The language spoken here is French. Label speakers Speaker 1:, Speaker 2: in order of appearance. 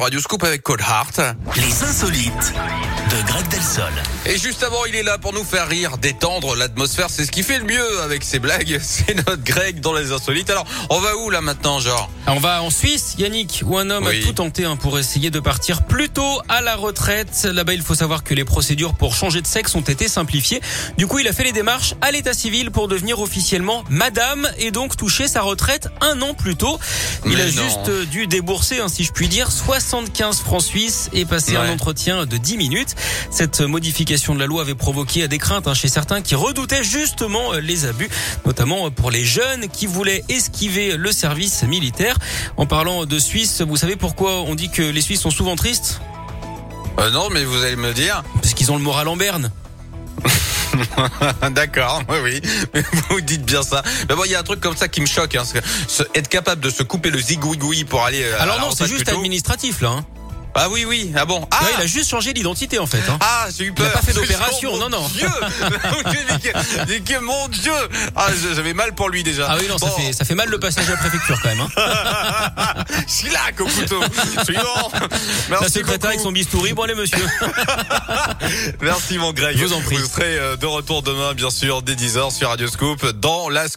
Speaker 1: Radioscope avec Cole Hart.
Speaker 2: Les insolites de Greg Delsol.
Speaker 1: Et juste avant, il est là pour nous faire rire, détendre l'atmosphère. C'est ce qui fait le mieux avec ses blagues. C'est notre Greg dans les insolites. Alors, on va où là maintenant, genre
Speaker 3: On va en Suisse, Yannick, où un homme
Speaker 1: Oui.
Speaker 3: a tout tenté hein, pour essayer de partir plus tôt à la retraite. Là-bas, il faut savoir que les procédures pour changer de sexe ont été simplifiées. Du coup, il a fait les démarches à l'état civil pour devenir officiellement madame et donc toucher sa retraite un an plus tôt. Il
Speaker 1: Mais
Speaker 3: a
Speaker 1: non.
Speaker 3: juste euh, dû débourser, hein, si je puis dire, 75 francs suisses et passer
Speaker 1: Ouais.
Speaker 3: un entretien de 10 minutes. Cette modification de la loi avait provoqué des craintes hein, chez certains qui redoutaient justement euh, les abus, notamment euh, pour les jeunes qui voulaient esquiver le service militaire. En parlant de Suisse, vous savez pourquoi on dit que les Suisses sont souvent tristes
Speaker 1: Euh, Non, mais vous allez me dire.
Speaker 3: Parce qu'ils ont le moral en berne.
Speaker 1: D'accord, oui, oui. Mais vous dites bien ça. Mais bon, il y a un truc comme ça qui me choque. Hein, c'est que se- être capable de se couper le zigouigoui pour aller. euh, à
Speaker 3: Alors
Speaker 1: la
Speaker 3: non, c'est
Speaker 1: retraite
Speaker 3: juste
Speaker 1: plus tôt.
Speaker 3: administratif là. hein.
Speaker 1: Ah oui, oui. Ah bon. Ah,
Speaker 3: Ouais, il a juste changé d'identité en fait. hein.
Speaker 1: Ah, j'ai eu
Speaker 3: Il
Speaker 1: peur.
Speaker 3: a pas fait
Speaker 1: Mon
Speaker 3: d'opération,
Speaker 1: Dieu,
Speaker 3: non, non.
Speaker 1: Mon Dieu, Mais que- mais que- mon Dieu. Ah, je- j'avais mal pour lui déjà.
Speaker 3: Ah oui, non, ça,
Speaker 1: Bon.
Speaker 3: fait, ça fait mal le passage à la préfecture quand même. hein.
Speaker 1: Chilac au couteau. Suivant. Merci
Speaker 3: La secrétaire avec
Speaker 1: beaucoup.
Speaker 3: son bistouri, bon allez monsieur.
Speaker 1: Merci mon Greg.
Speaker 3: Je vous en prie.
Speaker 1: serez euh, de retour demain, bien sûr, dès 10h sur Radio Scoop dans la